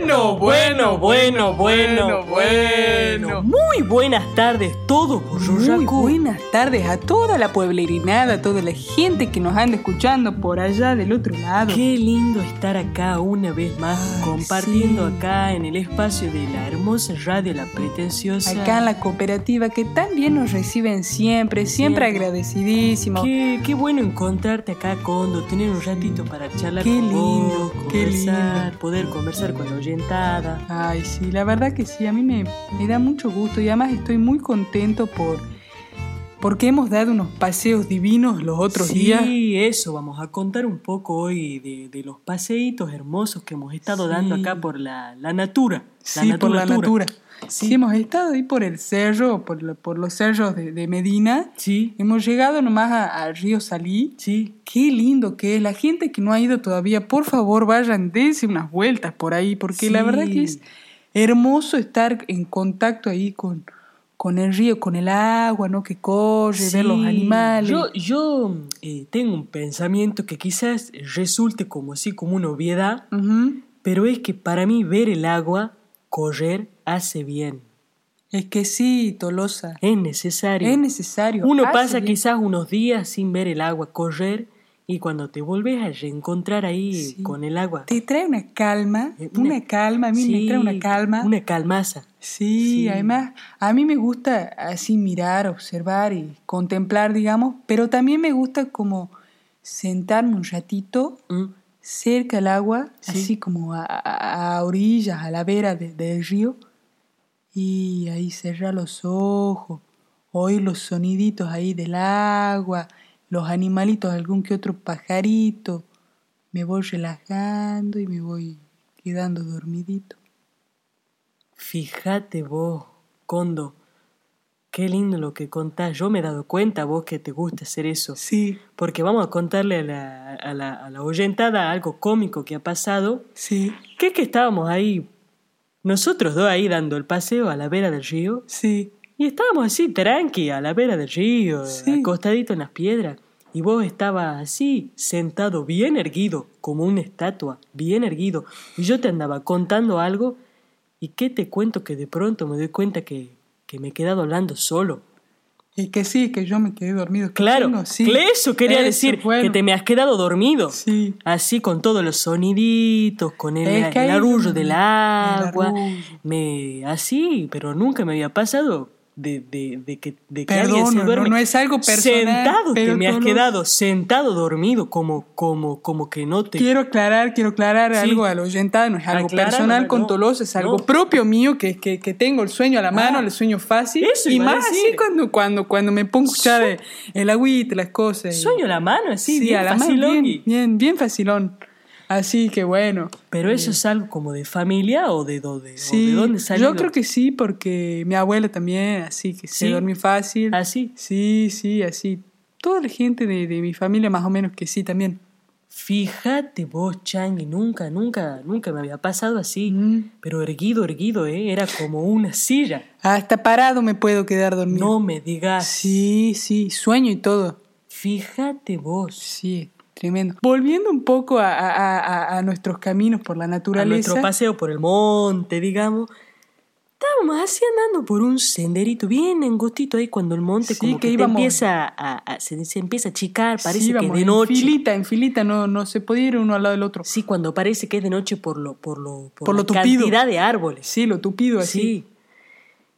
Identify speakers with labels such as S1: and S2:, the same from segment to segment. S1: Bueno, bueno, bueno, bueno,
S2: bueno.
S1: bueno.
S3: Muy buenas tardes todos,
S2: Muy
S3: Borroyacu.
S2: buenas tardes a toda la pueblerinada, a toda la gente que nos anda escuchando por allá del otro lado.
S3: Qué lindo estar acá una vez más,
S2: Ay,
S3: compartiendo
S2: sí.
S3: acá en el espacio de la hermosa radio La Pretenciosa.
S2: Acá en la cooperativa que tan bien nos reciben siempre,
S3: Siempre.
S2: siempre agradecidísimos.
S3: Qué, qué bueno encontrarte acá, Condo, tener un ratito para charlar
S2: Qué
S3: con vos,
S2: lindo, qué
S3: conversar, poder conversar con la oyentada.
S2: Ay, sí, la verdad que sí, a mí me, me da mucho gusto y además estoy muy contento por porque hemos dado unos paseos divinos los otros
S3: sí,
S2: días.
S3: eso, vamos a contar un poco hoy de, de los paseitos hermosos que hemos estado
S2: Sí.
S3: dando acá por la, la natura.
S2: Sí, por la natura. Sí.
S3: Sí.
S2: hemos estado ahí por el cerro, por, lo- por los cerros de, de Medina.
S3: Sí,
S2: Hemos llegado nomás a- al río Salí.
S3: sí.
S2: Qué lindo que es. La gente que no ha ido todavía, por favor, vayan, dense unas vueltas por ahí, porque la
S3: Sí.
S2: verdad que es hermoso estar en contacto ahí con, con el río, con el agua, ¿no? Que corre, ver los
S3: Sí,
S2: animales.
S3: Yo, yo eh, tengo un pensamiento que quizás resulte como así, como una obviedad,
S2: Ujú.
S3: pero es que para mí ver el agua correr hace bien.
S2: Es que sí, Tolosa.
S3: Es necesario.
S2: Es necesario.
S3: Uno
S2: Hace
S3: pasa
S2: bien.
S3: quizás unos días sin ver el agua correr y cuando te volvés a reencontrar ahí
S2: Sí.
S3: con el agua.
S2: Te trae una calma,
S3: Eh,
S2: una, calma, a mí me
S3: Sí,
S2: trae una calma.
S3: Una calmaza.
S2: Sí,
S3: Sí.
S2: además, a mí me gusta así mirar, observar y contemplar, digamos, pero también me gusta como sentarme un ratito
S3: ¿Mm?
S2: cerca al agua,
S3: Sí.
S2: así como a, a- a orillas, a la vera de- del río, y ahí cerrar los ojos, oír los soniditos ahí del agua, los animalitos, algún que otro pajarito. Me voy relajando y me voy quedando dormidito.
S3: Fíjate vos, Condo. Qué lindo lo que contás. Yo me he dado cuenta vos que te gusta hacer eso.
S2: Sí,
S3: Porque vamos a contarle a la, a la, a la oyentada algo cómico que ha pasado.
S2: sí.
S3: Que es que estábamos ahí, nosotros dos ahí dando el paseo a la vera del río.
S2: Sí,
S3: Y estábamos así, tranqui, a la vera del río,
S2: Sí.
S3: acostadito en las piedras. Y vos estabas así, sentado, bien erguido, como una estatua, bien erguido. Y yo te andaba contando algo. ¿Y qué te cuento que de pronto me doy cuenta que, que me he quedado hablando solo?
S2: es que sí, que yo me quedé dormido.
S3: Claro,
S2: Chino, sí.
S3: cle- eso quería
S2: Eso,
S3: decir, que
S2: bueno.
S3: te me has quedado dormido.
S2: Sí.
S3: Así con todos los soniditos, con el,
S2: Es que
S3: el
S2: hay
S3: arrullo
S2: un-
S3: del
S2: el
S3: agua,
S2: arrullo.
S3: me así, pero nunca me había pasado de, de- de que, de que
S2: Perdón,
S3: alguien se
S2: no,
S3: duerme.
S2: no es algo personal,
S3: Sentado te
S2: pero
S3: me has
S2: Tolo-
S3: quedado, sentado dormido, como, como, como que no te.
S2: Quiero aclarar, quiero aclarar
S3: Sí.
S2: algo a la oyentada, no es algo
S3: Aclarar,
S2: personal
S3: no,
S2: con
S3: no,
S2: Tolosa, es algo
S3: no.
S2: propio mío, que, que, que tengo el sueño a la mano,
S3: Ah,
S2: el sueño fácil.
S3: eso
S2: y
S3: iba a
S2: más así
S3: decir.
S2: cuando, cuando, cuando me pongo a escuchar el, el agüita, las cosas. y-
S3: Sueño la mano, así,
S2: sí,
S3: bien
S2: a la mano,
S3: facilón
S2: bien,
S3: y-
S2: bien, bien facilón. Así que bueno.
S3: Pero eso es algo como de familia o de, dónde- o de
S2: Sí,
S3: dónde salió.
S2: yo creo que sí, porque mi abuela también, así que se
S3: Sí.
S2: dormí fácil.
S3: Así.
S2: Sí, sí, así. Toda la gente de, de mi familia más o menos que sí también.
S3: Fíjate vos, Changi, nunca, nunca, nunca me había pasado así.
S2: Mm.
S3: Pero erguido, erguido, ¿eh? Era como una silla.
S2: Hasta parado me puedo quedar dormido.
S3: No me digas.
S2: Sí, sí, sueño y todo.
S3: Fíjate vos.
S2: Sí, tremendo. Volviendo un poco a, a- a- a nuestros caminos por la
S3: A
S2: naturaleza.
S3: nuestro paseo por el monte, digamos. Estábamos así andando por un senderito bien angostito ahí cuando el monte
S2: Sí,
S3: como
S2: que
S3: que, te
S2: íbamos-
S3: empieza a, a- se, se empieza a chicar,
S2: Sí,
S3: parece que
S2: íbamos
S3: de noche.
S2: En filita, en filita, no, no se podía ir uno al lado del otro.
S3: Sí, cuando parece que es de noche por lo, por lo,
S2: Por lo
S3: la
S2: tupido.
S3: cantidad de árboles.
S2: Sí, lo tupido así.
S3: Sí,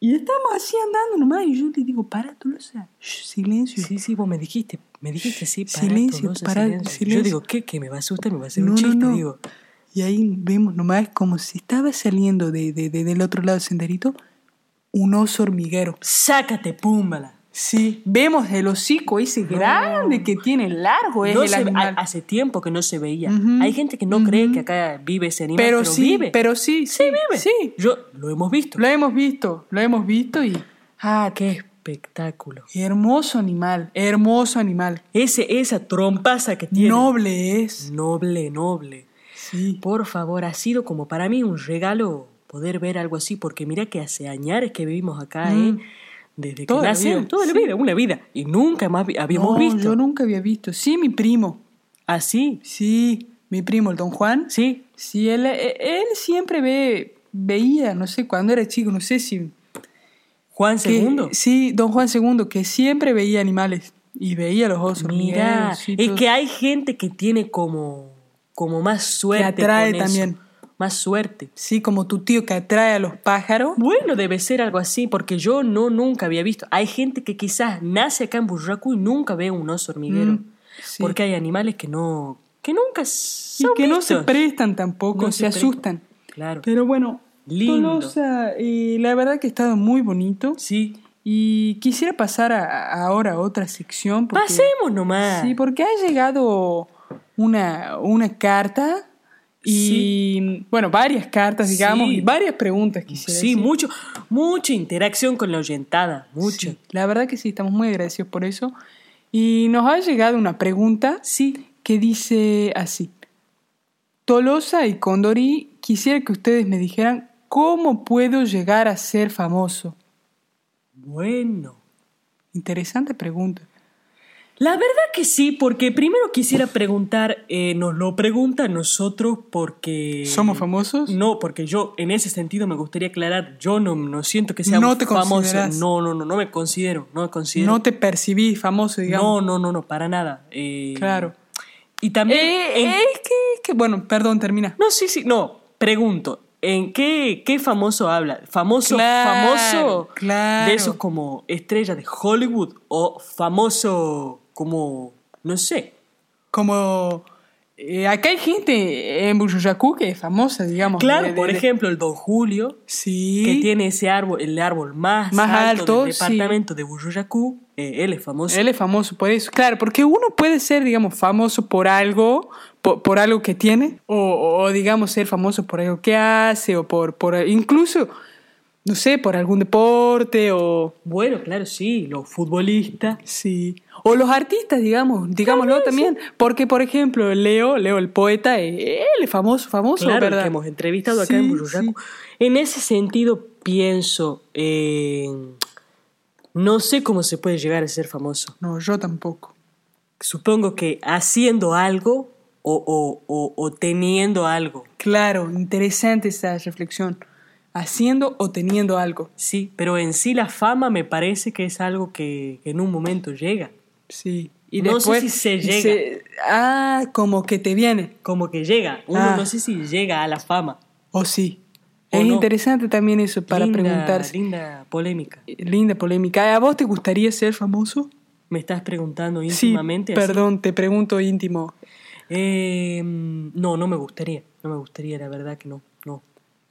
S2: Y estamos así andando nomás y yo le digo, para, Tolosa, shh, silencio.
S3: sí, sí, vos me dijiste, me dijiste sí, para
S2: Silencio,
S3: Tolosa,
S2: pará,
S3: Yo
S2: silencio.
S3: digo, ¿qué? ¿Que me va a asustar? ¿Me va a hacer
S2: No,
S3: un
S2: no,
S3: chiste?
S2: no.
S3: Digo,
S2: Y ahí vemos nomás como si estaba saliendo de, de- de- del otro lado del senderito un oso hormiguero.
S3: sácate, púmbala.
S2: Sí, vemos el hocico ese grande que tiene, largo es
S3: No
S2: pues, el
S3: se-
S2: animal.
S3: ha- hace tiempo que no se veía.
S2: Ujú,
S3: Hay gente que no cree que acá vive ese animal, pero,
S2: pero, sí,
S3: vive.
S2: pero sí, sí,
S3: sí vive.
S2: Sí,
S3: Yo lo hemos visto.
S2: lo hemos visto, lo hemos visto y... Ah,
S3: Qué espectáculo.
S2: hermoso animal, hermoso animal.
S3: Ese, esa trompaza que tiene.
S2: Noble es.
S3: Noble, noble.
S2: Sí.
S3: Por favor, ha sido como para mí un regalo poder ver algo así, porque mira que hace añares que vivimos acá,
S2: Mm.
S3: ¿eh? Desde
S2: Toda
S3: que
S2: la
S3: nacieron,
S2: vida,
S3: toda la
S2: sí.
S3: vida, una vida. Y nunca más vi- habíamos
S2: No,
S3: visto
S2: Yo nunca había visto. Sí, mi primo.
S3: así.
S2: Sí, mi primo, el don Juan,
S3: Sí,
S2: Sí, él, e- él siempre ve, veía, no sé, cuando era chico, no sé si...
S3: Juan
S2: que-
S3: II.
S2: Sí, don Juan II, que siempre veía animales y veía los osos.
S3: Mira,
S2: hormigueros, sí,
S3: es
S2: todo.
S3: que hay gente que tiene como, como más suerte.
S2: atrae
S3: con eso.
S2: también.
S3: Más suerte.
S2: Sí, como tu tío que atrae a los pájaros.
S3: Bueno, debe ser algo así, porque yo no nunca había visto. Hay gente que quizás nace acá en Burracu y nunca ve un oso hormiguero.
S2: Mm, sí.
S3: Porque hay animales que no. que nunca
S2: Y
S3: son
S2: que no se
S3: vistos.
S2: prestan tampoco,
S3: No
S2: se,
S3: se prestan.
S2: asustan.
S3: Claro.
S2: Pero bueno,
S3: Lindo.
S2: Tolosa, eh, la verdad que ha estado muy bonito.
S3: Sí.
S2: Y quisiera pasar a- a- ahora a otra sección. porque-
S3: Pasemos nomás.
S2: Sí, porque ha llegado una, una carta y, bueno, varias cartas, digamos,
S3: Sí.
S2: y varias preguntas quisiera
S3: Sí,
S2: decir.
S3: mucho, mucha interacción con la oyentada, mucho.
S2: Sí, La verdad que sí, estamos muy agradecidos por eso. Y nos ha llegado una pregunta
S3: Sí.
S2: que dice así. Tolosa y Condori, quisiera que ustedes me dijeran cómo puedo llegar a ser famoso.
S3: Bueno.
S2: Interesante pregunta.
S3: La verdad que sí, porque primero quisiera preguntar, eh, nos lo pregunta a nosotros porque...
S2: ¿Somos famosos?
S3: Eh, No, porque yo en ese sentido me gustaría aclarar, yo no, no siento que sea
S2: No te
S3: famoso.
S2: consideras.
S3: No, no, no, no me considero, no me considero.
S2: No te percibí famoso, digamos.
S3: no, no, no, no, para nada. Eh,
S2: Claro.
S3: Y también...
S2: Eh,
S3: en-
S2: es que- es que, bueno, perdón, termina.
S3: No, sí, sí, no, pregunto, ¿en qué, qué famoso habla? ¿Famoso,
S2: Claro,
S3: famoso
S2: claro.
S3: de esos como estrella de Hollywood o famoso como, no sé?
S2: como eh, acá hay gente en Buyuyacú que es famosa, digamos.
S3: Claro,
S2: de- de-
S3: por
S2: de-
S3: ejemplo, el Don Julio,
S2: Sí.
S3: que tiene ese árbol, el árbol más,
S2: Más alto,
S3: alto del
S2: sí.
S3: departamento de Buruyacú, eh, él es famoso.
S2: Él es famoso por eso. Claro, porque uno puede ser, digamos, famoso por algo, por, por algo que tiene, o, o, digamos, ser famoso por algo que hace, o por, por incluso, no sé, por algún deporte, o
S3: Bueno, claro, sí, los futbolistas.
S2: sí. O los artistas, digamos, digámoslo también. Porque, por ejemplo, Leo, Leo el poeta, eh, él es famoso, famoso,
S3: Claro, el
S2: ¿verdad?
S3: que hemos entrevistado acá
S2: Sí,
S3: en Bururraco. En ese sentido, pienso, eh, no sé cómo se puede llegar a ser famoso.
S2: No, yo tampoco.
S3: Supongo que haciendo algo o, o- o- o teniendo algo.
S2: Claro, interesante esa reflexión. Haciendo o teniendo algo.
S3: Sí, pero en sí la fama me parece que es algo que, que en un momento llega.
S2: Sí. Y
S3: No sé
S2: después
S3: si se llega.
S2: se- ah, como que te viene.
S3: Como que llega. Uno
S2: Ah.
S3: no sé si llega a la fama.
S2: O sí.
S3: O
S2: es
S3: no.
S2: interesante también eso para
S3: Linda-
S2: preguntarse.
S3: Linda polémica.
S2: Linda polémica. ¿A vos te gustaría ser famoso?
S3: Me estás preguntando
S2: Sí,
S3: íntimamente. así.
S2: perdón, te pregunto íntimo.
S3: Eh, no, no me gustaría. No me gustaría, la verdad que no. no.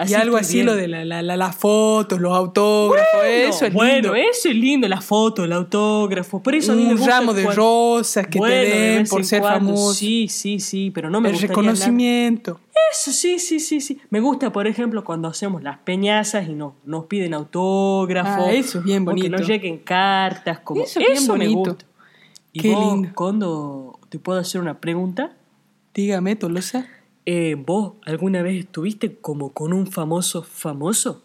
S2: y algo
S3: estoy
S2: así,
S3: bien.
S2: lo de la- la- la- las fotos, los autógrafos,
S3: Bueno,
S2: eso es lindo.
S3: bueno, eso es lindo, la foto, el autógrafo. Por eso a mí me
S2: Un
S3: gusta
S2: ramo de
S3: cuan-
S2: rosas que
S3: Bueno,
S2: te
S3: de
S2: den
S3: vez
S2: por
S3: en
S2: ser
S3: cuando,
S2: famoso.
S3: Sí, sí, sí, pero no me
S2: el
S3: gustaría
S2: reconocimiento.
S3: nada. Eso, sí, sí, sí, sí. Me gusta, por ejemplo, cuando hacemos las peñazas y nos, nos piden autógrafos.
S2: Ah, eso es bien
S3: o que
S2: bonito.
S3: nos lleguen cartas, como
S2: Eso es bien
S3: me
S2: bonito.
S3: gusta. Y
S2: Qué
S3: vos,
S2: lindo.
S3: Condo, te puedo hacer una pregunta.
S2: Dígame, Tolosa.
S3: Eh, ¿Vos alguna vez estuviste como con un famoso famoso?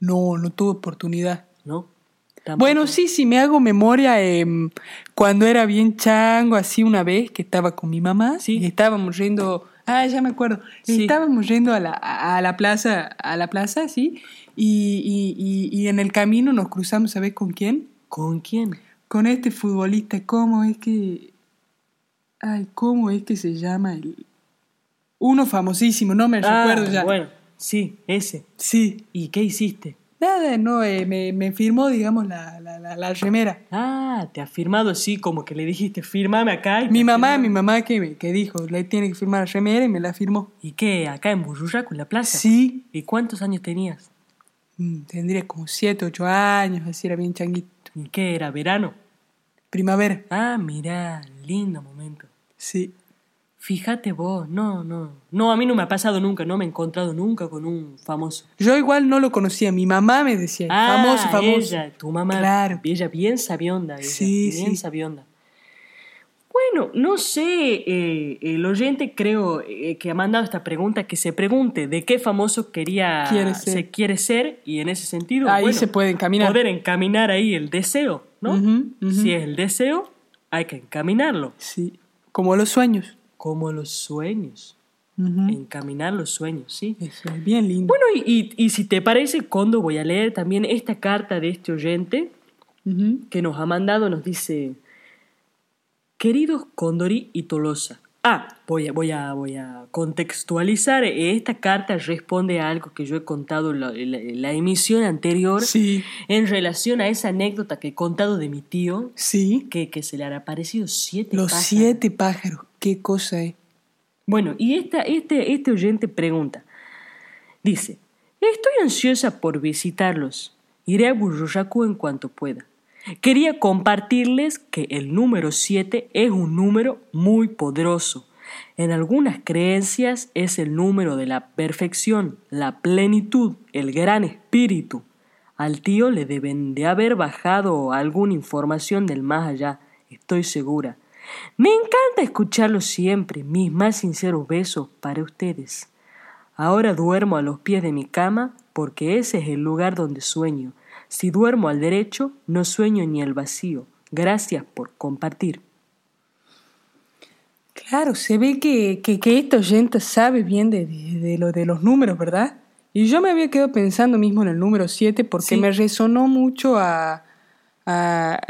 S2: No, no tuve oportunidad.
S3: ¿No? Tampoco.
S2: Bueno, sí, sí, me hago memoria em, cuando era bien chango, así una vez que estaba con mi mamá
S3: Sí.
S2: y estábamos yendo, ah, ya me acuerdo,
S3: Sí.
S2: estábamos yendo a la, a la plaza, a la plaza, sí, y, y- y- y en el camino nos cruzamos, ¿sabes con quién?
S3: ¿Con quién?
S2: Con este futbolista, ¿cómo es que, ay, cómo es que se llama? el- Uno famosísimo, no me
S3: Ah,
S2: recuerdo ya.
S3: Bueno, sí, ese.
S2: Sí,
S3: ¿Y qué hiciste?
S2: nada, no, eh, me, me firmó, digamos, la, la, la, la remera.
S3: Ah, te ha firmado así, como que le dijiste, firmame acá. y
S2: Mi
S3: te
S2: mamá,
S3: firmó.
S2: mi mamá que, me- que dijo, le tiene que firmar la remera y me la firmó.
S3: ¿Y qué? ¿Acá en Bururaco, en la plaza?
S2: Sí.
S3: ¿Y cuántos años tenías?
S2: Mm, tendría como 7, 8 años, así era bien changuito.
S3: ¿Y qué era? ¿Verano?
S2: Primavera,
S3: Ah, mirá, lindo momento.
S2: sí.
S3: Fíjate vos, no, no. No, a mí no me ha pasado nunca, no me he encontrado nunca con un famoso.
S2: Yo igual no lo conocía, mi mamá me decía, famoso, famoso.
S3: Ah, Ella, tu mamá.
S2: Claro.
S3: Ella bien sabionda. Ella,
S2: Sí,
S3: bien
S2: sí.
S3: sabionda. Bueno, no sé, eh, el oyente creo eh, que ha mandado esta pregunta, que se pregunte de qué famoso quería
S2: Quiere ser.
S3: se quiere ser y en ese sentido
S2: Ahí
S3: bueno,
S2: se puede encaminar.
S3: poder encaminar ahí el deseo, ¿no?
S2: Ujú, ujú.
S3: Si es el deseo, hay que encaminarlo.
S2: Sí, como los sueños.
S3: como los sueños,
S2: Ujú.
S3: encaminar los sueños, ¿sí?
S2: Eso es bien lindo.
S3: Bueno, y, y- y si te parece, Condo, voy a leer también esta carta de este oyente
S2: Ujú.
S3: que nos ha mandado, nos dice, queridos Condori y Tolosa, ah, voy a, voy a, voy a contextualizar, esta carta responde a algo que yo he contado en la, en la- en la emisión anterior
S2: Sí,
S3: en relación a esa anécdota que he contado de mi tío,
S2: sí.
S3: que, que se le han aparecido siete
S2: Los
S3: pájaros.
S2: siete pájaros, qué cosa eh. es.
S3: Bueno, y esta, este, este oyente pregunta. Dice, estoy ansiosa por visitarlos. Iré a Bururacu en cuanto pueda. Quería compartirles que el número 7 es un número muy poderoso. En algunas creencias es el número de la perfección, la plenitud, el gran espíritu. Al tío le deben de haber bajado alguna información del más allá, estoy segura. Me encanta escucharlo siempre, mis más sinceros besos para ustedes. Ahora duermo a los pies de mi cama porque ese es el lugar donde sueño. Si duermo al derecho, no sueño ni el vacío. Gracias por compartir.
S2: Claro, se ve que, que, que esta oyenta sabe bien de, de- de lo, de los números, ¿verdad? Y yo me había quedado pensando mismo en el número 7 porque
S3: Sí.
S2: me resonó mucho a, a-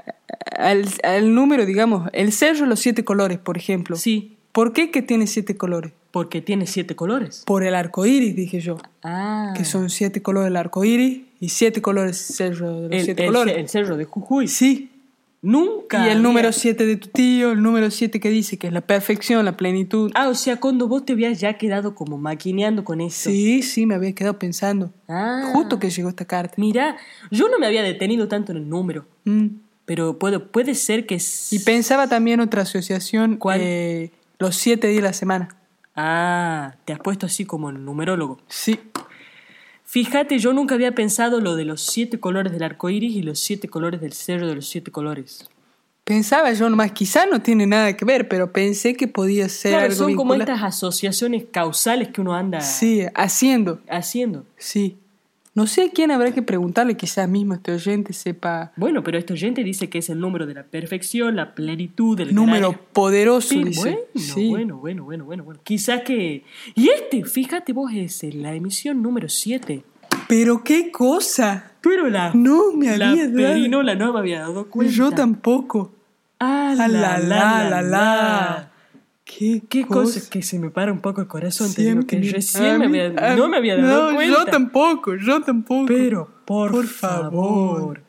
S2: al, al número, digamos, el cerro de los siete colores, por ejemplo.
S3: Sí,
S2: ¿Por qué que tiene siete colores?
S3: porque tiene siete colores.
S2: Por el arco iris, dije yo.
S3: Ah,
S2: Que son siete colores del arco iris y siete colores cerro de los
S3: el,
S2: siete
S3: el-
S2: colores.
S3: el cerro de Jujuy.
S2: Sí.
S3: Nunca.
S2: Y el
S3: había-
S2: número 7 de tu tío, el número 7 que dice que es la perfección, la plenitud.
S3: Ah, o sea, cuando vos te habías ya quedado como maquineando con eso.
S2: Sí, sí, me había quedado pensando.
S3: Ah.
S2: Justo que llegó esta carta.
S3: Mirá, yo no me había detenido tanto en el número,
S2: Mm.
S3: pero puede, puede ser que... s-
S2: Y pensaba también otra asociación,
S3: ¿Cuál?
S2: eh, los siete días de la semana.
S3: Ah, te has puesto así como numerólogo.
S2: Sí,
S3: Fíjate, yo nunca había pensado lo de los siete colores del arco iris y los siete colores del cerro de los siete colores.
S2: pensaba yo nomás, quizá no tiene nada que ver, pero pensé que podía ser
S3: claro,
S2: algo
S3: son como
S2: vinculado.
S3: estas asociaciones causales que uno anda
S2: Sí, haciendo,
S3: haciendo.
S2: sí. No sé a quién habrá que preguntarle, quizás mismo este oyente sepa.
S3: Bueno, pero este oyente dice que es el número de la perfección, la plenitud, el
S2: Número
S3: gran-
S2: poderoso,
S3: Sí,
S2: dice.
S3: bueno,
S2: sí.
S3: bueno, bueno, bueno, bueno, bueno. Quizás que... Y este, fíjate vos, es la emisión número 7.
S2: Pero qué cosa.
S3: Pero la...
S2: No me
S3: la
S2: había dado.
S3: perinola no me había dado cuenta.
S2: Yo tampoco.
S3: Ah,
S2: Ah, la, la, la, la. Qué,
S3: Qué cosa
S2: cosa.
S3: que se me para un poco el corazón, te digo
S2: Siempre
S3: que
S2: me-
S3: recién
S2: a
S3: me
S2: mí-
S3: había-
S2: a-
S3: no me había dado
S2: no,
S3: cuenta.
S2: Yo tampoco, yo tampoco.
S3: Pero por,
S2: Por favor.
S3: favor.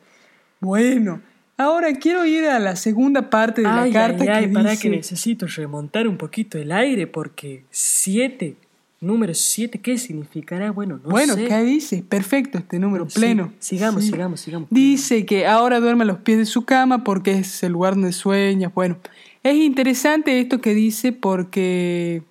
S2: Bueno, ahora quiero ir a la segunda parte de
S3: Ay,
S2: la carta
S3: ay, ay,
S2: que
S3: para
S2: dice...
S3: que necesito remontar un poquito el aire porque siete, número siete, ¿qué significará? Bueno, no
S2: bueno,
S3: sé.
S2: ¿qué dice? Perfecto, este número
S3: Sí,
S2: pleno.
S3: sigamos,
S2: Sí.
S3: sigamos, sigamos.
S2: Dice que ahora duerme a los pies de su cama porque es el lugar donde sueña. Bueno, es interesante esto que dice porque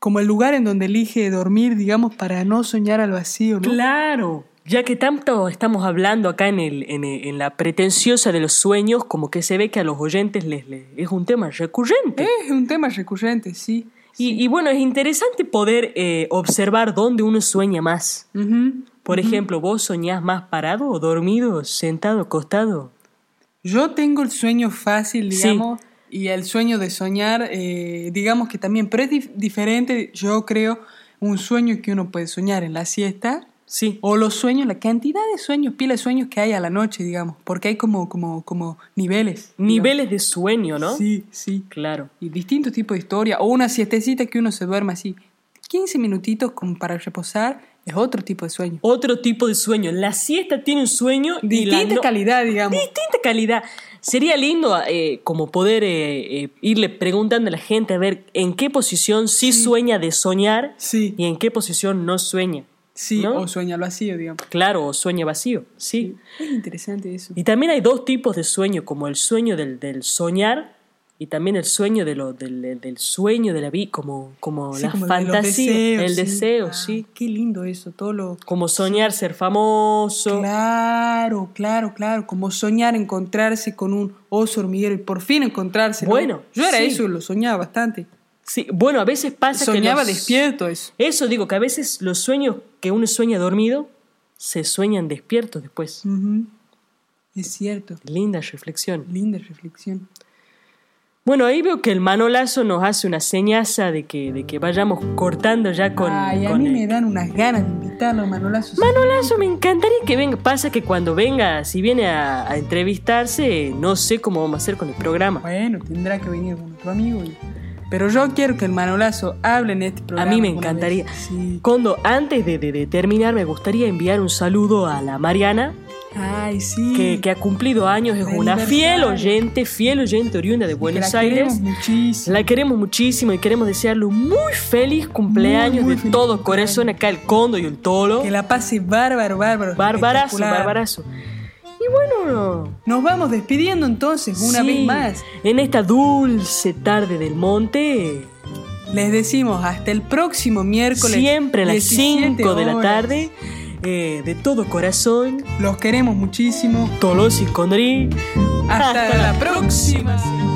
S2: como el lugar en donde elige dormir, digamos, para no soñar al vacío, ¿no?
S3: Claro, ya que tanto estamos hablando acá en, el, en, el- en la pretenciosa de los sueños, como que se ve que a los oyentes les, les- es un tema recurrente.
S2: Es un tema recurrente, sí.
S3: Y, y bueno, es interesante poder eh, observar dónde uno sueña más.
S2: Ujú.
S3: Por ejemplo, ¿vos soñás más parado o dormido, sentado, acostado?
S2: Yo tengo el sueño fácil,
S3: Sí.
S2: digamos, y el sueño de soñar, eh, digamos que también, pero es dif- diferente, yo creo, un sueño que uno puede soñar en la siesta.
S3: Sí.
S2: O los sueños, la cantidad de sueños, pila de sueños que hay a la noche, digamos, porque hay como, como, como niveles.
S3: Niveles de sueño, ¿no?
S2: Sí, sí.
S3: Claro.
S2: Y distintos tipos de historia. O una siestecita que uno se duerma así. 15 minutitos como para reposar es otro tipo de sueño.
S3: Otro tipo de sueño. La siesta tiene un sueño y la
S2: Distinta
S3: no-
S2: calidad, digamos.
S3: Distinta calidad. Sería lindo eh, como poder eh, eh, irle preguntando a la gente a ver en qué posición sí, sueña de soñar
S2: Sí,
S3: y en qué posición no sueña.
S2: sí,
S3: ¿no?
S2: o sueña al vacío, digamos.
S3: Claro, o sueña vacío, sí.
S2: Es interesante eso.
S3: Y también hay dos tipos de sueño, como el sueño del, del soñar y también el sueño de lo, del, del- del sueño de la vida, como, como
S2: Sí,
S3: la
S2: como de los
S3: fantasía,
S2: deseos,
S3: el
S2: sí.
S3: deseo,
S2: Ah,
S3: sí.
S2: Qué lindo eso, todo lo...
S3: Como soñar ser famoso.
S2: Claro, claro, claro, como soñar encontrarse con un oso hormiguero y por fin encontrarse. ¿no?
S3: Bueno,
S2: yo era
S3: sí.
S2: eso, lo soñaba bastante.
S3: Sí, bueno, a veces pasa que...
S2: Soñaba
S3: los-
S2: despierto eso.
S3: Eso digo, que a veces los sueños que uno sueña dormido se sueñan despiertos después.
S2: Ujú, Es cierto,
S3: Linda reflexión.
S2: linda reflexión.
S3: Bueno, ahí veo que el manolazo nos hace una señaza de que, de que vayamos cortando ya con.
S2: Ay, a
S3: con
S2: mí
S3: el-
S2: me dan unas ganas de invitarlo, Manolazo.
S3: Manolazo, me encantaría que venga. Pasa que cuando venga, si viene a, a entrevistarse, no sé cómo vamos a hacer con el programa.
S2: Bueno, tendrá que venir con otro amigo. y- Pero yo quiero que el Manolazo hable en este programa.
S3: mí me
S2: alguna
S3: encantaría.
S2: vez. Sí.
S3: Condo, antes de, de- de terminar, me gustaría enviar un saludo a la Mariana,
S2: Ay, sí.
S3: que, que ha cumplido años, es
S2: Feliz
S3: una fiel
S2: aniversario.
S3: oyente, fiel oyente oriunda de
S2: Que la
S3: Buenos
S2: queremos
S3: Aires.
S2: muchísimo.
S3: La queremos muchísimo y queremos desearle un muy feliz cumpleaños
S2: muy
S3: de
S2: feliz
S3: todo
S2: cumpleaños.
S3: corazón acá el Condo y el Tolo.
S2: Que la pase bárbaro, bárbaro.
S3: Barbarazo,
S2: espectacular.
S3: barbarazo. Y bueno,
S2: Nos vamos despidiendo entonces una
S3: sí,
S2: vez más.
S3: En esta dulce tarde del monte,
S2: Les decimos hasta el próximo miércoles.
S3: siempre a las
S2: 17
S3: 5 de la
S2: horas.
S3: tarde, eh, de todo corazón,
S2: Los queremos muchísimo.
S3: Tolos y Condri.
S2: Hasta, la próxima.
S3: próxima.